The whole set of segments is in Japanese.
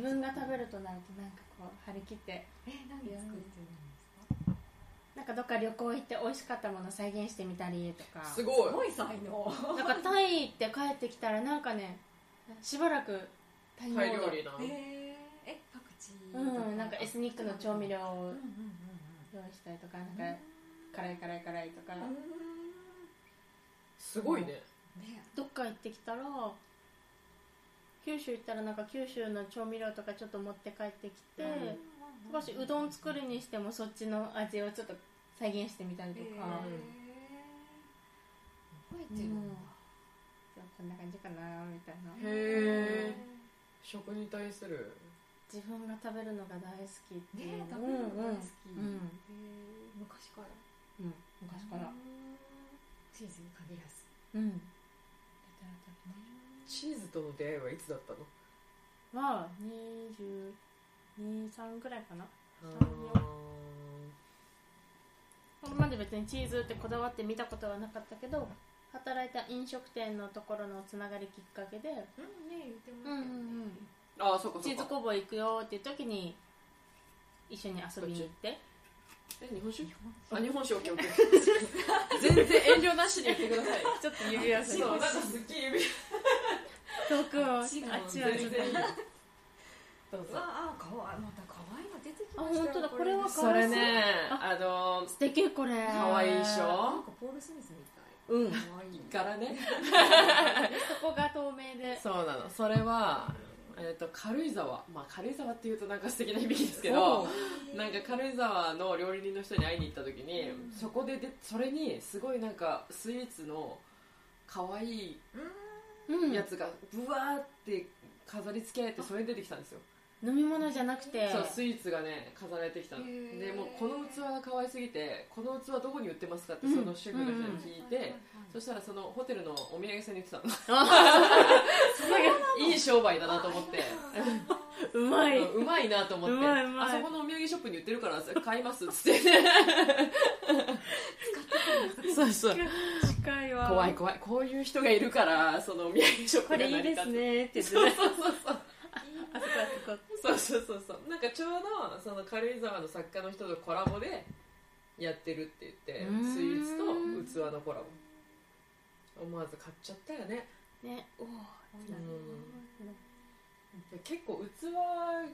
分が食べるとなるとなんかこう張り切ってえ何作ってるんですかなんかどっか旅行行って美味しかったもの再現してみたりとかすごいすごい才能なんかタイ行って帰ってきたらなんかねしばらくタイタイ料料理理なえー、えパクチーうんなんかエスニックの調味料うをんうんうん用意したりとかなんうんか辛い辛い辛いとかうんすごいねねどっか行ってきたら九州行ったらなんか九州の調味料とかちょっと持って帰ってきて、うん少しうどん作るにしてもそっちの味をちょっと再現してみたりとえーか、覚えてるんだこんな感じかなみたいなへえ食に対する自分が食べるのが大好きっていねうの食べるの大好き、うんへうんー昔からうん、昔からうんチーズに限らずうんやチーズとの出会いはいつだったのたら食べたは223ぐらいかなあこれまで別にチーズってこだわって見たことはなかったけど働いた飲食店のところのつながりきっかけで、うんね言ってましたよね、ーあーそうかチそうーズか工房行くよっていう時に一緒に遊びに行ってえ日本酒日本あ日本酒オッケーオッケ ー全然遠慮なしに言ってください ちょっと指輪すそうるなんかすっきり指遠くをあっ違ちうはちょっ全と然どうう ぞわあかわいまた可愛いの出てきあました本当だこれはそ可れ愛いねあの素敵これ可愛いでしなんょかポール・スミスみたいうん可 愛い柄ねそこが透明でそうなのそれは、えー、と軽井沢まあ軽井沢っていうとなんか素敵な響きですけおどうなんか軽井沢の料理人の人に会いに行った時に、そこででそれにすごいなんかスイーツの可愛いうんやつがブワーって飾り付けってそれに出てきたんですよ飲み物じゃなくてそうスイーツがね飾られてきたのへーでもうこの器が可愛すぎてこの器どこに売ってますかってそのシェフの人に聞いて、そしたらそのホテルのお土産屋さんに売ってたの いい商売だなと思ってうまい、うんうまいなと思ってうまいうまいあそこのお土産ショップに売ってるから買います っつってそうそう近いわ怖い怖いこういう人がいるからそのお土産ショップこがれいいですねって言ってねあそこあそこそうそうそうそうなんかちょうどその軽井沢の作家の人とコラボでやってるって言ってうーんスイーツと器のコラボ思わず買っちゃったよねねおお結構器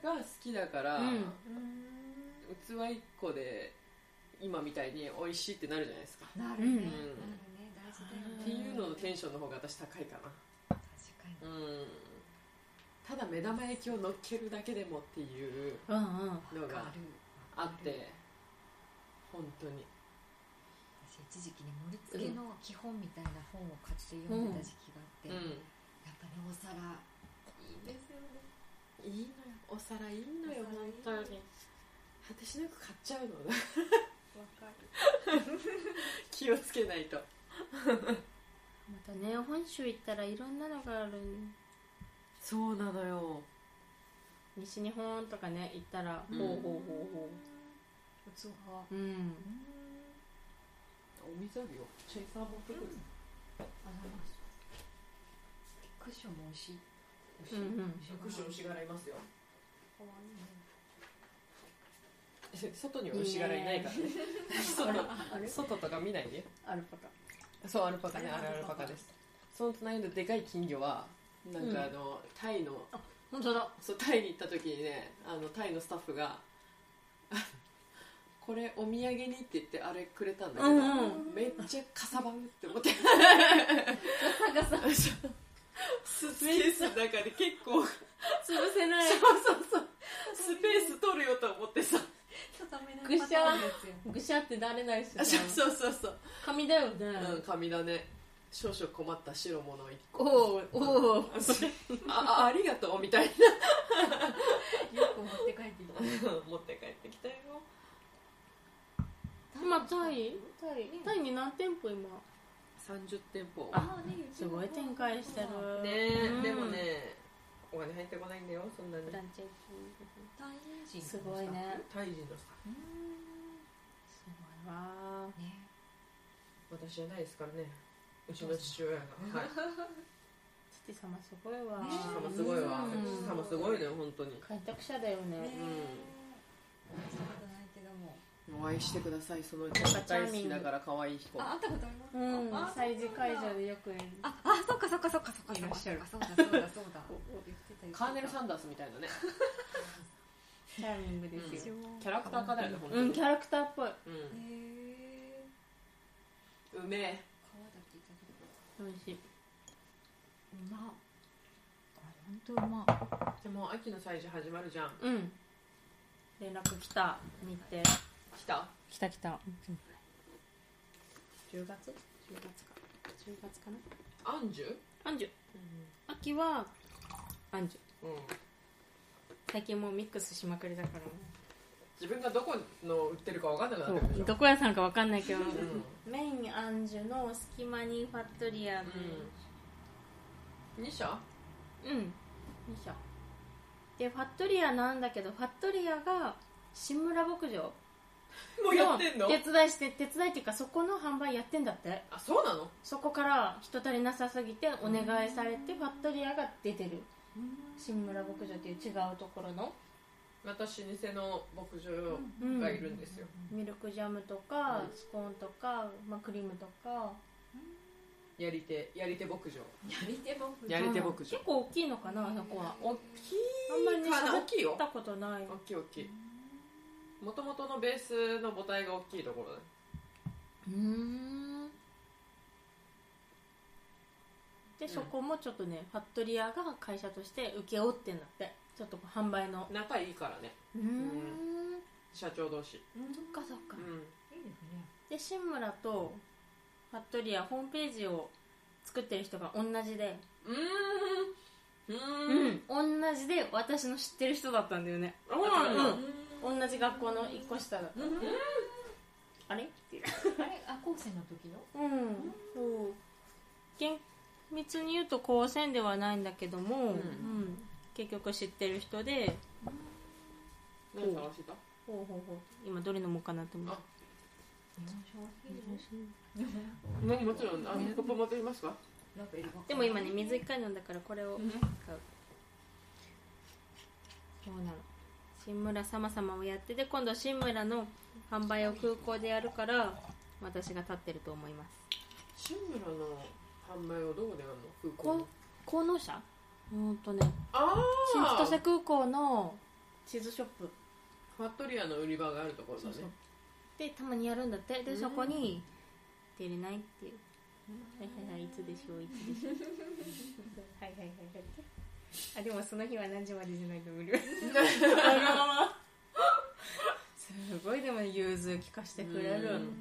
が好きだから、うん器1個で今みたいに美味しいってなるじゃないですか、なうるね、んなるね大事だよねっていうののテンシションの方が私高いかョン確かになうんただ目玉焼きを乗っけるだけでもっていううんうんのわかがるあって本当に私一時期ね盛り付けの基本みたいな本を買って読んでた時期があって、うやっんぱねお皿いいですよねいいのよお皿いいのよ本当に果てしなく買っちゃうのわ かる気をつけないとまたね本州行ったらいろんなのがあるそうなのよ西日本とかね行ったら、うんほうほうほうほ器がううんうんお水あるよチェイサー持ってくるあざますクッションも美味しいうんうんクッション牛柄いますよ可愛いね 外には牛柄いないからねあれ 外外とか見ないでアルパカそうアルパカねああれれアアルルパパカカですその隣のでかい金魚はなんかあの、タイの本当だそうタイに行った時にねあのタイのスタッフが 「これお土産に」って言ってあれくれたんだけど、うんうんめっちゃかさばるって思ってガサガサスペースの中で結構潰せないそうそうスペース取るよと思ってさぐしゃーぐしゃってなれないしあなそうそうそうそう、紙だよね、うん、紙だね少々困った白物一個おうおうああありがとうみたいなよく持って帰ってきた持って帰ってきたよ今タイタイうんタイに何店舗今30店舗あねすごい展開してるねうんえでもねお金入ってこないんだよそんなにフランチャイタイ人ズすごいねタイ人のスタうーんすごいわねッフ私じゃないですからねうちの父親が、はい、吉様すごいわ、ねしかもすごいわうんしかもすごいね本当に開拓者だよねねえ会ったことないけどもお会いしてくださいそのかチャ大ー好ミンきグだから可愛い子あ会ったことありますうかんあ催事会場でよくああそっかそっかそっかそっかいらっしゃるそうだそうだそうだそうだおお言ってた言ってたカーネル・サンダースみたいなねチャーミングです一よ、応キャラクター化だよね本う当んにキャラクターっぽいうんへえうめえ皮だけいただく美味しいうまっ本当うまっでも秋の祭事始まるじゃんうん連絡来た見て来た来た来た10月10月か10月かなアンジュアンジュ秋はアンジュうん最近もうミックスしまくりだから自分がどこの売ってるか分かんなくなってくるでしょどこ屋さんかわかんないけどうんメインアンジュの隙間にファットリアでうん、2社うん、2社でファットリアなんだけどファットリアが新村牧場 もうやってんの手伝いして手伝いっていうかそこの販売やってんだってあそうなのそこから人足りなさすぎてお願いされてファットリアが出てる新村牧場っていう違うところの私偽の牧う場んがいるんですよ、ミルクジャムとかうんスコーンとか、まあ、クリームとかやり手やり手牧場やり手もやり手牧場結構大きいのかなあそこは大きあんまりねいか喋な大きいよ行ったことない大きい大きいもともとのベースの母体が大きいところだねうんでそこもちょっとね、ファットリアが会社として請け負ってんだってちょっとこう販売の仲いいからねううん社長同士うんそっかそっか、うんいいですねで新村とファットリアホームページを作ってる人が同じでうーんううーん同じで私の知ってる人だったんだよねあそうなの同じ学校の1個下だったうんあれっていうあれあ高専の時のうんそう厳密に言うと高専ではないんだけども、うんん結局知ってる人で何探してたほうほうほう今どれ飲もうかなと思って日本商ももちろんあねコップ持ってきますかラベルがでも今ね水1回飲んだからこれをうん買うそうなの新村様様をやってで今度新村の販売を空港でやるから私が立ってると思います新村の販売をどこでやるの空港この効能者うんとねあ新千あ歳空港の地図ショップファットリアの売り場があるところだねでたまにやるんだってでうんそこに出れないっていう「はいはいはいいつでしょういつでしょう」 はいはいはいはいあでもその日は何時までじゃないと 無理 すごいでも融通聞かしてくれるうん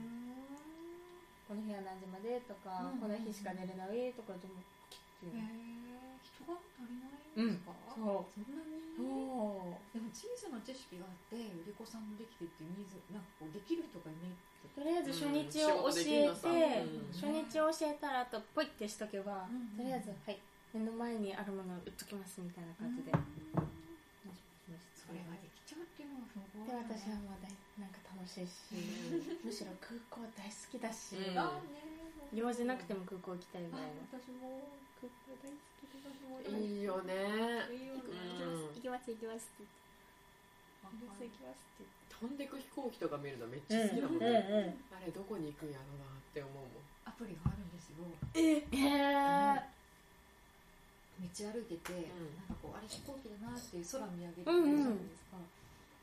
この日は何時までとか、うんこの日しか寝れないとかでもへえ人が足りないんですかそそんなにうそでも小さな知識があって売り子さんもできてっていうニーズなんかこうできる人がいないってうとりあえず初日をうん教仕事でえて、きんの初日教さうんえたらあとポイってしとけば、うんとりあえずはい目の前にあるものを売っときますみたいな感じで、それができちゃうっていうのはすごいでよね私はもう大なんか楽しいしむしろ空港大好きだし、うんあね用事なくても空港行きたいぐあらいの私もクッパ大好きで私もいいよねいいよね行きます行きます行きあます行きますって飛んでく飛行機とか見るのめっち言ゃって好きだもんね、うんうんあれどこに行くんやろなって思うもんアプリがあるんですよえへえ道歩いてて、んなんかこうあれ飛行機だなっていう空見上げてるうんうんじ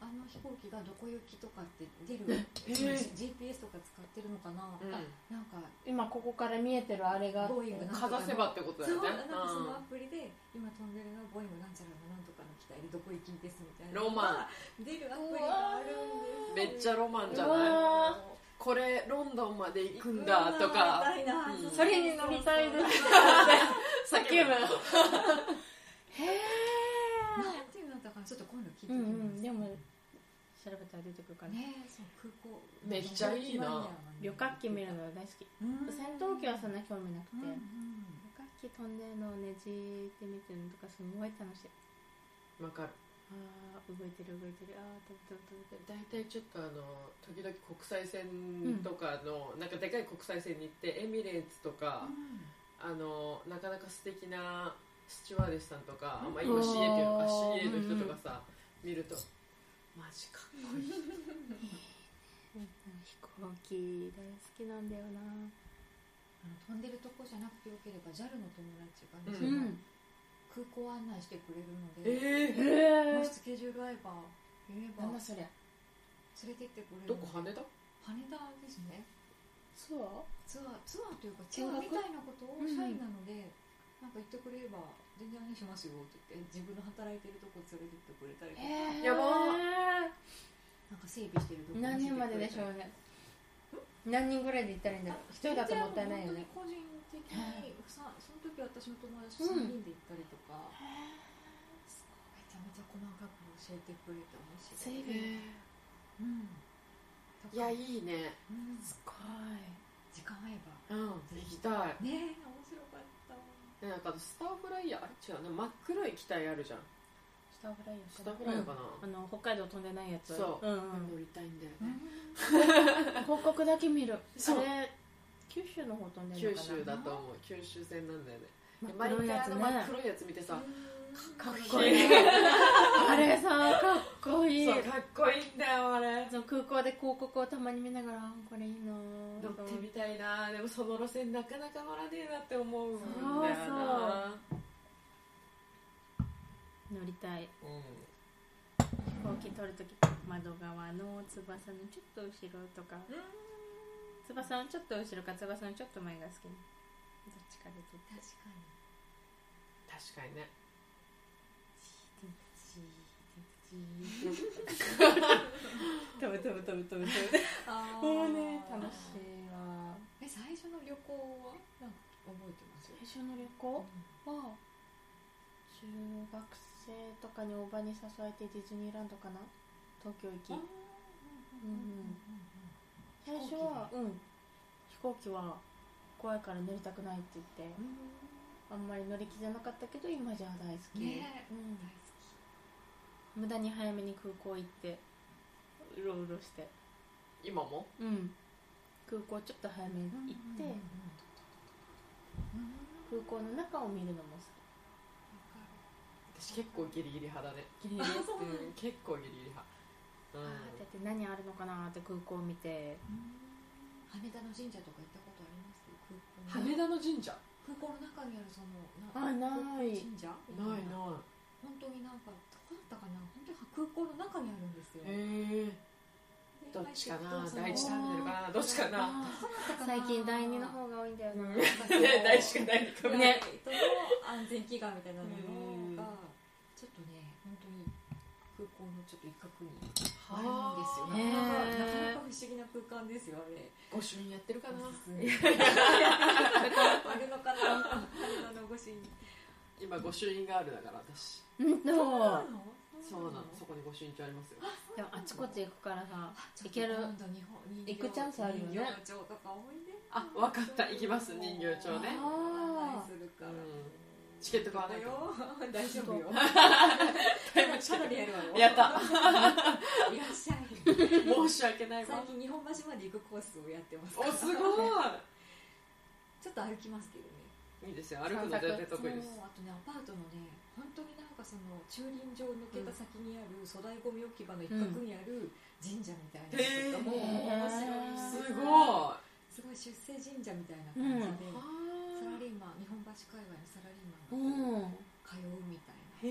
ゃないですか、あの飛行機がどこ行きとかって出る、GPS とか使ってるのかな、うんあなんか今ここから見えてるあれがあボってーイングなかざせばってことそだうよねなんかそのアプリで今飛んでるのはボーイングなんちゃらのなんとかの機体でどこ行きですみたいなロマン出るアプリがあるんうんでめすっちゃロマンじゃうないわこれロンドンまで行くんだとかみたいなうんそれに乗りたいです叫ぶ叫ぶへえなんていうのだからちょっと今度聞いてうみんうます、んでも調べたら出てくるからねそう空港めっちゃいいな旅客機見るの大好きうん戦闘機はそんな興味なくて、うんうん旅客機飛んでるのをねじーって見てるのとかすごい楽しいわかるあー動いてる動いてるあー飛ぶ飛ぶ飛ぶ大体ちょっとあの時々国際線とかの、なんかでかい国際線に行ってエミレーツとか、あのなかなか素敵なスチュワーデスさんとか、まあ、うん今 CA っていううんのか CA の人とかさ、見るとマジかっこいい飛行機大好きなんだよなあの飛んでるとこじゃなくてよければ JAL の友達がね、うそのん空港案内してくれるので、ええもえしスケジュール合えば言えば連そりゃれてってくれるどこ羽田羽田ですねそうツアーツアーというかツアーみたいなことを見学社員なので、なんか言ってくれれば全然案内しますよって言って自分の働いてるとこ連れてってくれたりとか、えやばなんか整備してるとこ何人まででしょううね何人ぐらいで行ったらいいんだろう一人だともったいないよね本当に個人的にさその時私の友達と3人で行ったりとか、めちゃめちゃ細かく教えてくれて面白い、うん、いやい、いいねうん、すごい時間合えばうん行きたいねえ面白かったねなんかスターフライヤーあれ違うな真っ黒い機体あるじゃんスターフライヤスターフライヤーかな、あの北海道飛んでないやつそううん乗りたいんだよね、うん、広告だけ見るそうあれ九州の方飛んでるの九かな州だと思う九州線なんだよね真っ黒いやつね毎回あの真っ黒いやつ見てさ、かっここいいいいあれ さかっこいいそうかっこいいんだよあれその空港で広告をたまに見ながらあこれいいなぁ乗ってみたいなでもその路線なかなか乗らねえなって思うんだよな乗りたいうん飛行機取るとき窓側の翼のちょっと後ろとか翼のちょっと後ろか翼のちょっと前が好きなどっちかで撮って確かに確かにね飛ぶ飛ぶ飛ぶ飛ぶ飛ぶあもうね楽しいいわえ最初の旅行はなんか覚えてます最初の旅行は中学生とかにおばに誘われてディズニーランドかな東京行きうんうん最初はうん飛行機は怖いから乗りたくないって言ってうんうんあんまり乗り気じゃなかったけど今じゃ大好き、ねえうん大好無駄に早めに空港行ってうろうろして今もうん空港ちょっと早めにき行って、うんうんうん空港の中を見るのも好私結構ギリギリ派だねきギリギリです うん結構ギリギリ派あうーっんてやって何あるのかなって空港見て羽田の神社とか行ったことあります空港の羽田の神社空港の中にあるそのあない神社ないない本当になんかどこだったかな本当に空港の中にあるんですよへえでどっちかな入っていくとその第一ターミナルかなどっちかなあそうだったーかな最近第二の方が多いんだよな、うんうんね 第一か第二かねとの安全祈願みたいなのがちょっとね本当に空港のちょっと一角にあるんですよへなかなかーなかなか不思議な空間ですよあれ御朱印やってるかなあるのかなあのご主人今御朱印があるだから私そうそうなのそこに御朱印帳ありますよでもあちこち行くからさ行行ける行くチャンスあるよね人形町とか多いねあわかった行きます人形町ねあー案内するからうんチケット買わないとよ大丈夫よだいぶ近かいなりやるわよやっいたらっしゃい申し訳ない最わ近日本橋まで行くコースをやってますおすごちょっと歩きますけどねいいいですよ歩くの全然得意ですもうあとねアパートのね本当になんかその駐輪場を抜けた先にある粗大ゴミ置き場の一角にある神社みたいなのとかも面白へーいすごいすごい出世神社みたいな感じで、サラリーマン日本橋界隈のサラリうーマンがん通うみたいな、へ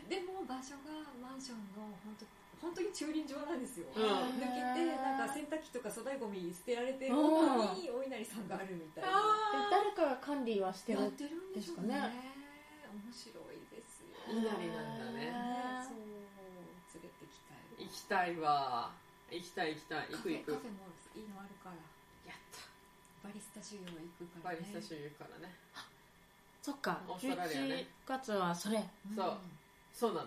えでも場所がマンションの本当本当に駐輪場なんですよ、うん抜けてなんか洗濯機とか粗大ゴミ捨てられてるう中んにお稲荷さんがあるみたいなで誰あかが管理はしてやるってるんでしょうねです面白かいですよいなりなんだねねそそうう連れてきたいー行きたいわ行きたい行きたカい行フく行ェくカフェもいいのあるからやったバリスタ修行行くかバらねリスタ修行からねそっかオーストラリ11アね月はそれうんそうそうなの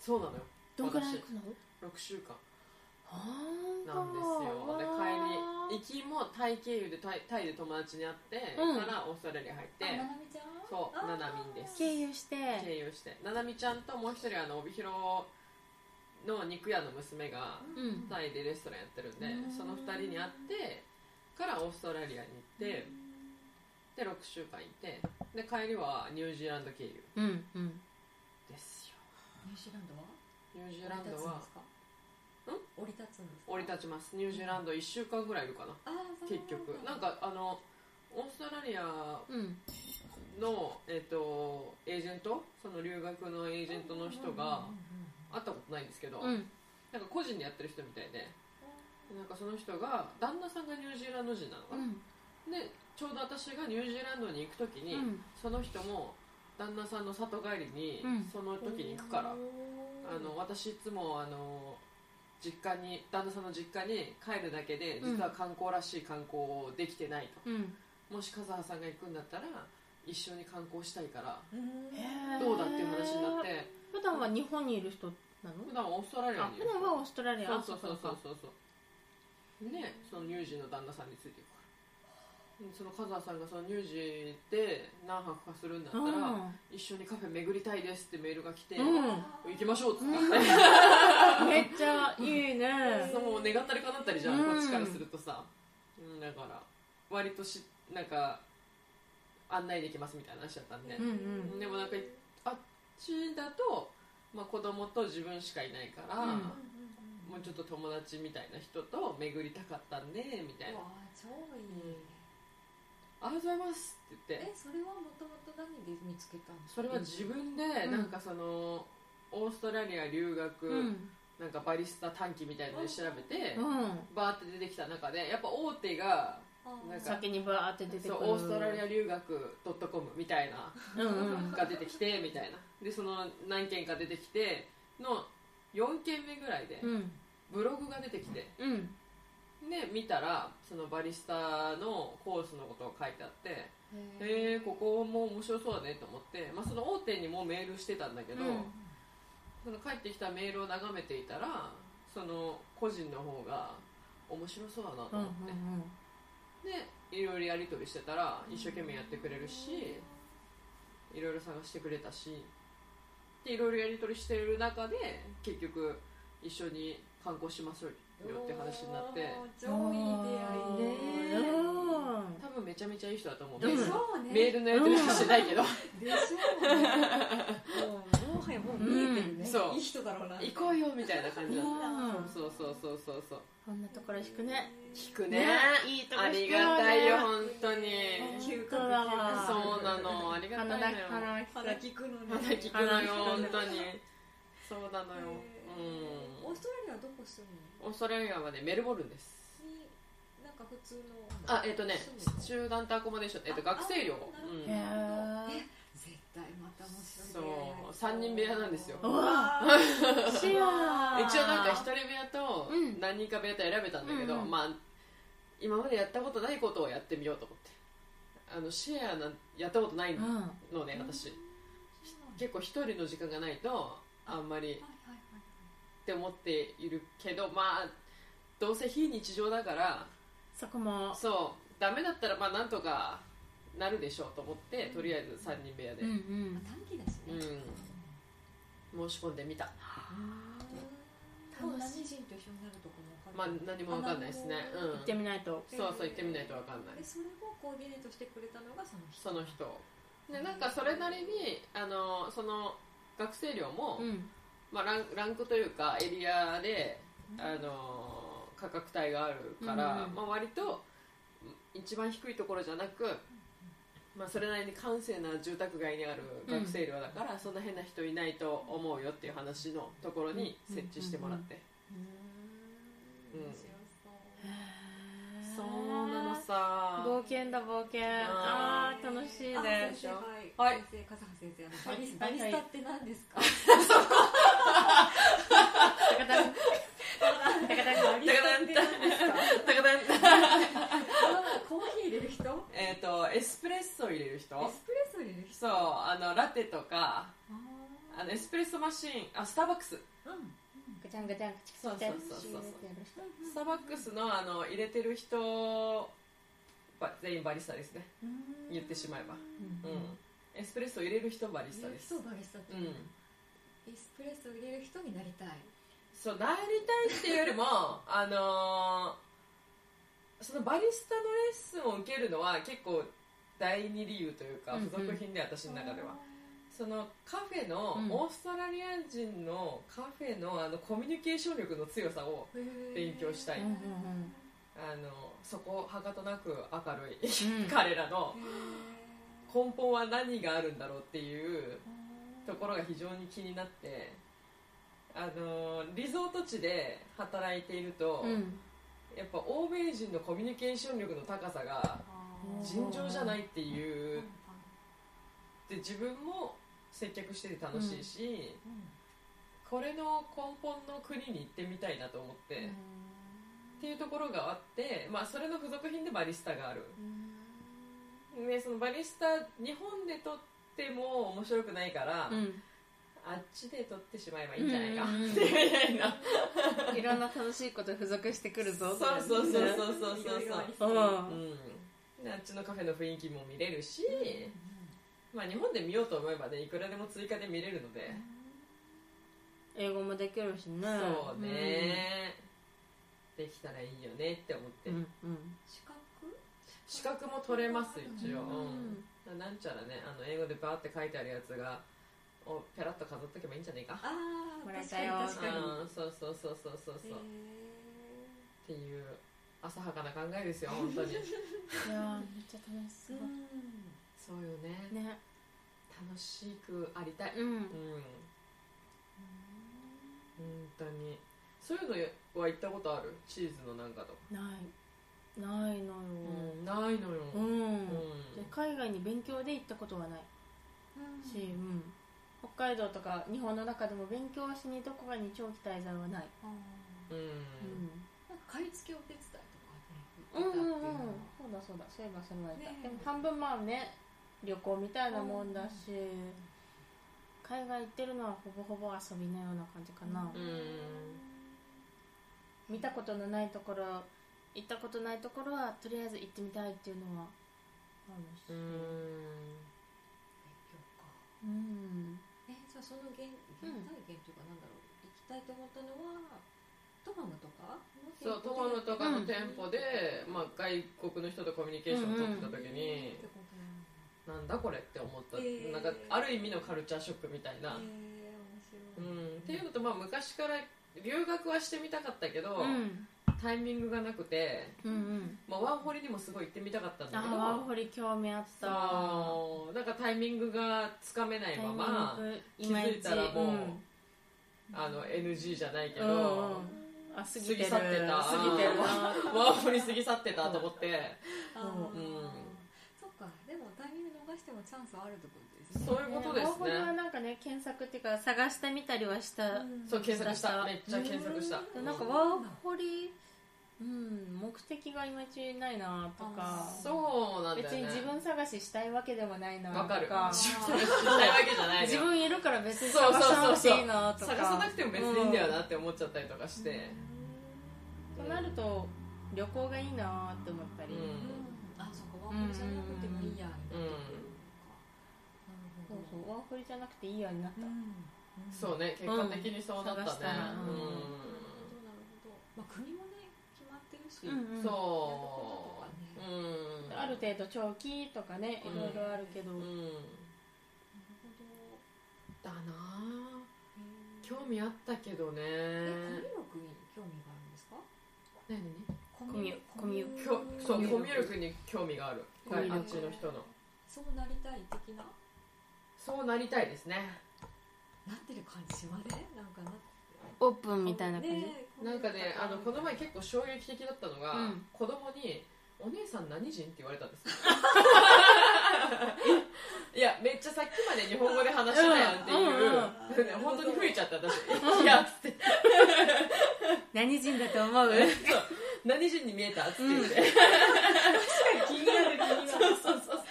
そうなのそうなのよどんくらい行くの6週間あーなんですよでわー帰り行きもタイ経由でタイタイで友達に会って、うんからオーストラリア入ってあななみちゃんそうあーななみんです経由して経由してななみちゃんともう一人あの帯広の肉屋の娘がうんタイでレストランやってるんでうんその二人に会ってからオーストラリアに行ってで6週間いてで帰りはニュージーランド経由うんうんですよニュージーランドはニュージーランドは降り立つんですか降り立ちますニュージーランド1週間ぐらいいるかなあーそう結局なんかあのオーストラリアうんの、えっとエージェントその留学のエージェントの人がうん会ったことないんですけど、うんなんか個人でやってる人みたいでなんかその人が旦那さんがニュージーランド人なのかうな、んでちょうど私がニュージーランドに行く時に、うんその人も旦那さんの里帰りに、うんその時に行くからあの私いつもあの実家に旦那さんの実家に帰るだけでうん実は観光らしい観光できてないと、うんもし風葉さんが行くんだったら一緒に観光したいからうんへーどうだっていう話になって普段は日本にいる人なの普段はオーストラリアあにい普る段はオーストラリアそうそうそうそあうそうそうねその乳児の旦那さんについていくからうんその風葉さんがその乳児で何泊かするんだったうら、ん一緒にカフェ巡りたいですってメールが来て、うん行きましょうっつって、めっちゃいいねそのもう願ったり叶ったりじゃん、うんこっちからするとさ、うん、だから割としなんか案内できますみたいな話だったんで、うんうんでもなんかあっちだと、まあ、子供と自分しかいないから、うんもうちょっと友達みたいな人と巡りたかったんでみたいなわあ超いい「ありがとうございます」って言っえてそれはもともと何で見つけたんですかそれは自分でんなんかその、オーストラリア留学、うんなんかバリスタ短期みたいなので調べて、うんバーって出てきた中でやっぱ大手がなんか先にバーって出てくそるうオーストラリア留学 .com みたいなうんうんが出てきてみたいなでその何件か出てきての4件目ぐらいでうんブログが出てきてうんで見たらそのバリスタのコースのことが書いてあってへえここも面白そうだねと思って、まあ、その大手にもメールしてたんだけど、うんその帰ってきたメールを眺めていたらその個人の方が面白そうだなとうん思って、でいろいろやり取りしてたら一生懸命やってくれるしいろいろ探してくれたしでいろいろやり取りしてる中で結局一緒に観光しましょうよって話になって超いい出会いねう多分めちゃめちゃいい人だと思う、うんでしょうねメールのやり取りしかしてないけど、でしょうねもうもはやもう見えてるねうんそういい人だろうな行こうよみたいな感じだっんたそうそうそうそうそうこんなところ引くね引くねねいいとこあ引くりがたいよね本当に嗅本当覚だわそうなのありがたい鼻のだけよ鼻だけ鼻聞くのね鼻聞くのよ本当にそうなのよえーオーストラリアはどこ住むうんオーストラリアはねメルボルンですのになんか普通のあえっ、とね住むの集団とアコモデーション、えっとあ学生寮、あなるほどうんへー絶対また面白いそう三人部屋なんですようわシア一応なんか一人部屋とうん何人か部屋と選べたんだけど、うんうんまあ今までやったことないことをやってみようと思ってあのシェアなんやったことないうんのね、私結構一人の時間がないとあんまりって思っているけどまあどうせ非日常だからそこもそうダメだったらまあなんとかなるでしょうと思ってとりあえず3人部屋で、うんううんん短期だしね申し込んでみたうん何人と一緒になるとこも分まかある何も分かんないですね、行うってん、みないとそうそう行ってみないと分かんないでそれをコーディネートしてくれたのがその人その人でなんかそれなりにあのその学生寮も、うんまあ、ランランクというかエリアで、あの価格帯があるから、うんうんまあ、割と一番低いところじゃなく、まあ、それなりに閑静な住宅街にある学生寮だから、そんな変な人いないと思うよっていう話のところに設置してもらって、うーんうん面白そうそうなのさ冒険だ冒険ああー楽しいあね先生はい、はい先生、笠原先生、あのはバリいスはバいリスタって何ですか？高田高田君バリスタって何ですか？あコーヒー入れる人？エ えっ、とエスプレッソ入れる人スプレッソ入れる人？そうあのラテとかああのエスプレッソマシンあスターバックスーうんガチャンガチャンそうそうそうそううスターバックスのあの入れてる人ば全員バリスタですね言ってしまえばうん、エスプレッソ入れる人バリスタですそうバリスタってういんうの、エスプレッソ入れる人になりたいそうなりたいっていうよりもあのーそのバリスタのレッスンを受けるのは結構第二理由というかうんうん付属品で私の中では、そのカフェの、うんオーストラリア人のカフェのあのコミュニケーション力の強さを勉強したいうんうんうんあのそこはかとなく明るい、うん彼らの根本は何があるんだろうっていうところが非常に気になってあのリゾート地で働いていると、うんやっぱ欧米人のコミュニケーション力の高さがうん尋常じゃないっていうで自分も接客してて楽しいし、これの根本の国に行ってみたいなと思って、っていうところがあって、まあ、それの付属品でバリスタがある、でそのバリスタ日本で撮っても面白くないから、うんあっちで撮ってしまえばいいんじゃないか、うんうんうんみたいないろんな楽しいこと付属してくるぞ そうそうそうそうそうそうううんん、であっちのカフェの雰囲気も見れるし、まあ、日本で見ようと思えばねいくらでも追加で見れるので、英語もできるしねそうね、できたらいいよねって思って、うんうん資格資格も取れます一応、ううんなんちゃらねあの英語でバーって書いてあるやつがをペラッと飾っとけばいいんじゃないかああもらえたよ確かに確かにうんそうそうそうそうそうそう、っえていう浅はかな考えですよ 本当にいやーめっちゃ楽しそーうそうよねね楽しくありたいうんうん本当にそういうのは行ったことあるチーズのなんかとか、ないないのようん、ないのよ、ううんんで海外に勉強で行ったことはないうんし、うん、北海道とか日本の中でも勉強しにどこかに長期滞在はない、あうんーなんか買い付けお手伝いとうかん、ねうんうんうん行ったっていうのはそうだそうだそういえばそれはいた、ねえでも半分まあね旅行みたいなもんだし、海外行ってるのはほぼほぼ遊びのような感じかな、うん見たことのないところ行ったことないところはとりあえず行ってみたいっていうのはあるしうん、勉強かうんえじゃあその原原体験というかなんだろう、行きたいと思ったのはトマムとかそうトマムとかの店舗で、まあ、外国の人とコミュニケーションを取ってた時に、なんだこれって思った、えーなんかある意味のカルチャーショックみたいな、えう面白い、ん、っていうのと、まあ、昔から留学はしてみたかったけど、うんタイミングがなくて、うんうんまあ、ワンホリにもすごい行ってみたかったんだけあワンどホリ興味あったそうなんかタイミングがつかめないままタイミング気づいたらもういまいちあの NG じゃないけど、うんうんあ過ぎてる過ぎ去ってた過ぎてるなワンホリ過ぎ去ってたと思って、あーうんそっかでもタイミング逃してもチャンスはあるってことですねそういうことですねワーホリはねなんかね検索っていうか探してみたりはした、うんそう検索したうんめっちゃ検索したでなんかワーホリうん目的がいまいちないなとかあそうなんだよ別ねに自分探ししたいわけでもないなとわかるか自分探ししたいわけじゃないの自よ分いるから別にそうそう探そうさなくそうていいなとか探さなくても別にいいんだよなって思っちゃったりとかして、うんとなると旅行がいいなって思ったり、うんうんあそっかワンコリじゃなくてもいいやみたいななるほどそうそうワーホリじゃなくていいやになった、うんうんそうね結果的にそうなっうん探たねしたらうんなるほどなるほどまあ国もね決まってるし、うんうんそううんある程度長期とかねいうんろいろあるけど、うんなるほどだなぁへー興味あったけどねえコミュ力に興味があるんですか何コミュコミュきょコそうミュコミ力ュ力に興味があるコミュ力あっちの人のそうなりたい的なそうなりたいですねなってる感じしませんなんかなオープンみたいな感じ、ねえなんかねあのこの前結構衝撃的だったのが、うん子供に「お姉さん何人?」って言われたん ですよいやめっちゃさっきまで日本語で話したやんっていう、うんうんうん本当に増えちゃった私「いや」っつ って何人だと思う「何人に見えた?」っつって言って、気になる気になる そうそうそうそこ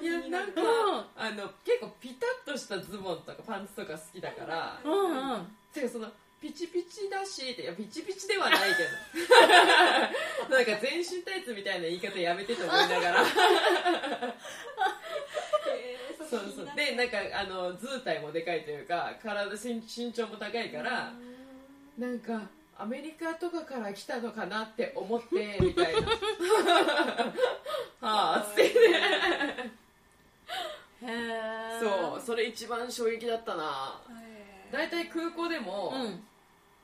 い気やにななんるか、うんあの結構ピタッとしたズボンとかパンツとか好きだからうんうんてかそのピチピチだしっていやピチピチではないけど なんか全身タイツみたいな言い方やめてと思いながら えーそこ気にそうそうなるでなんかあの図体もでかいというか体身身長も高いからなんかア メリカとかから来たのかなって思ってみたいなはあつってへえそうそれ一番衝撃だったな大体空港でも、うん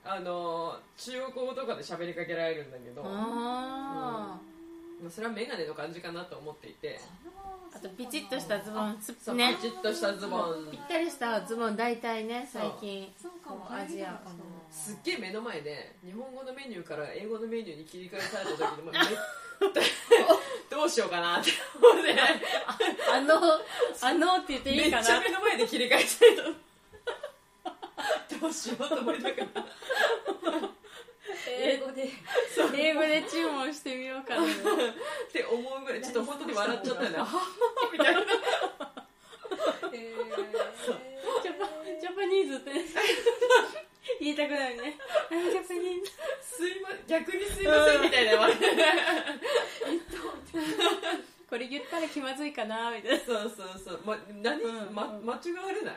あの中国語とかで喋りかけられるんだけど、まああそれは眼鏡の感じかなと思っていてーあとピチッとしたズボンつそうねピチッとしたズボぴンったりしたズボン大体ねそう最近そうかもこうアジアかなすっげえ目の前で日本語のメニューから英語のメニューに切り替えされた時にもうめ どうしようかなって思ってあのあのって言っていめいっちかゃな目の前で切り替えされたどうしようと思いながら英え語でー英語で注文してみようかなって思うぐらいちょっと本当に笑っちゃったよねははみたいなえジャパジャパニーズってね言いたくなるねあジャパニーズすいま逆にすいませんみたいな笑いこれ言ったら気まずいかなみたいな そうそうそう、ま、何、うんま、間違われない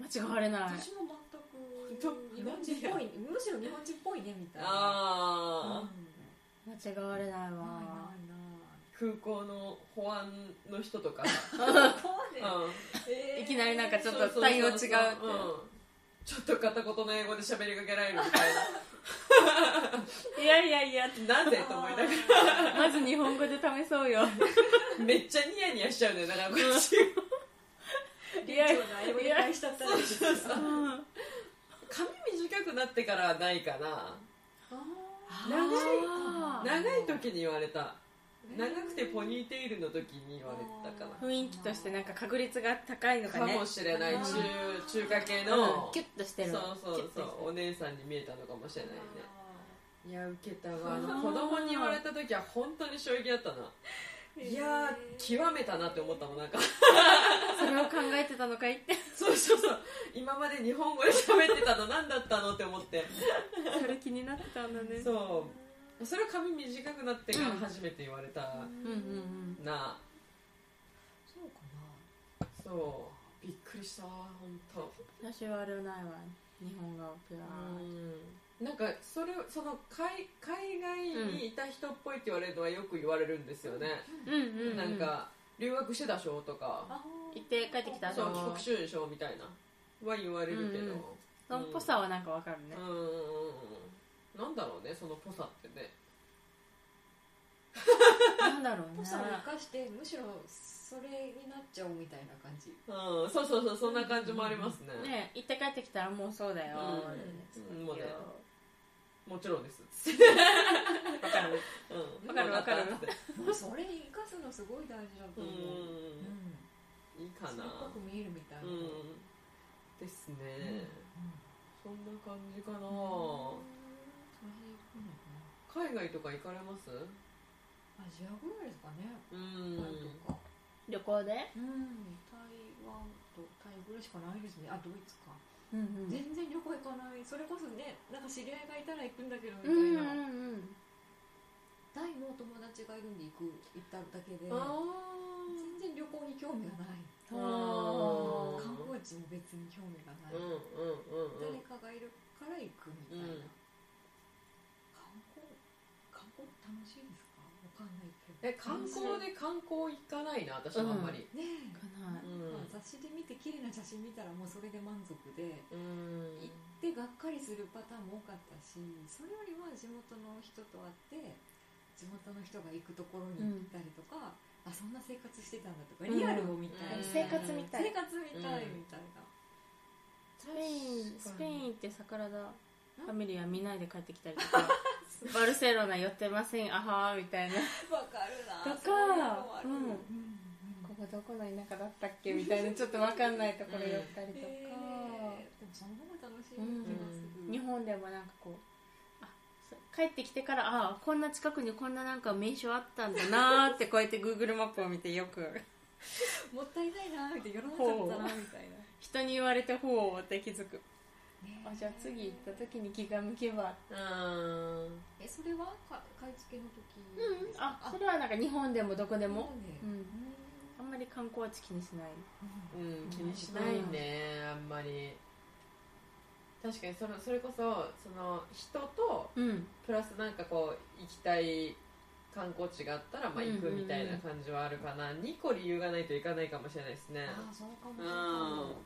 間違われない私も全どく日本人っぽいむしろ日本人っぽいねみたいなああ、間違われないわ空港の保安の人とか、ういきなりなんかちょっとそうそうそうそう対応違うってん、ちょっと片言の英語で喋りかけられるみたいいやいやいや ななぜと思いながらまず日本語で試そうよめっちゃニヤニヤしちゃうんだよだからこっちリアルな英語に返しちゃったりして髪短くなってからはないかな長いあー長い時に言われた長くてポニーテールの時に言われたかな雰囲気としてなんか確率が高いのかかねもしれない中中華系うのんキュッとしてるそうそうキュッとしそてるうお姉さんに見えたのかもしれないねいや受けたわあの子供に言われた時は本当に衝撃だったないやー極めたなって思ったもんなんかそれを考えてたのかいってそうそうそう今まで日本語で喋ってたの何だったのって思ってそれ気になってたんだねそうそれは髪短くなってから初めて言われたうんうんうんなそうかそうびっくりしたわ本当私はあれないわ日本語ピュアうんなんかそれその海海外にいた人っぽいって言われるのはよく言われるんですよね、うんうんうんなんか留学してたでしょとかな行って帰ってきたそうあのー帰国してるでしょみたいなは言われるけど、うんうんそのっぽさはなんかわかるねうんうんうんうんなんだろうねそのぽさってねなんだろうポねサを生かしてむしろそれになっちゃうみたいな感じうんそうそうそうそんな感じもありますね,、ね行って帰ってきたらもうそうだようんもうねもちろんですわかるうんわかるわかるったってまあそれに生かすのすごい大事だとうん思ういいかそれっなぽく見えるみたいなうんですね、そんな感じかな、海外とか行かれますアジアぐらいですかねうんタイとか旅行でうん台湾とタイぐらいしかないですねあドイツかうん全然旅行行かないそれこそねなんか知り合いがいたら行くんだけどみうんうんうたいな、タんイも友達がいるんで行く行っただけであ全然旅行に興味がないああー観光地も別に興味がなーい、う誰んうんうんうんかがいるから行くみたいな、うん観光観光楽しいですかわかんないけどえ観光で観光行かないな私はあんまりねえかなまあ雑誌で見て綺麗な写真見たらもうそれで満足でうん、行ってがっかりするパターンも多かったしそれよりは地元の人と会って地元の人が行くところに行ったりとか、あそんな生活してたんだとかリアルを見たい、うん生活みた生い活みたいみたいな、スペインスペイン行って桜田うんファミリーは見ないで帰ってきたりとか バルセロナ寄ってませんあはーみたいなわかるなとかそういうのもあるうんうんうんここどこの田舎だったっけみたいなちょっとわかんないところ寄ったりとか、えーでもその方が楽しい気がする、日本でもなんかこうあそう帰ってきてからああこんな近くにこんななんか名所あったんだなーってこうやって Google マップを見てよくもったいないなみたいな世の中だったなみたいな、人に言われてほうって気づくねあじゃあ次行った時に気が向けばうんえそれはか買い付けの時ですかあそれはなんか日本でもどこで日も、う本でん、あんまり観光地気にしないうん、気にしないねあんまり確かにそのそれこそその人とうんプラスなんかこう行きたい観光地があったらまあ行くみたいな感じはあるかな、2個理由がないといかないかもしれないですねああそうかもうそうかもん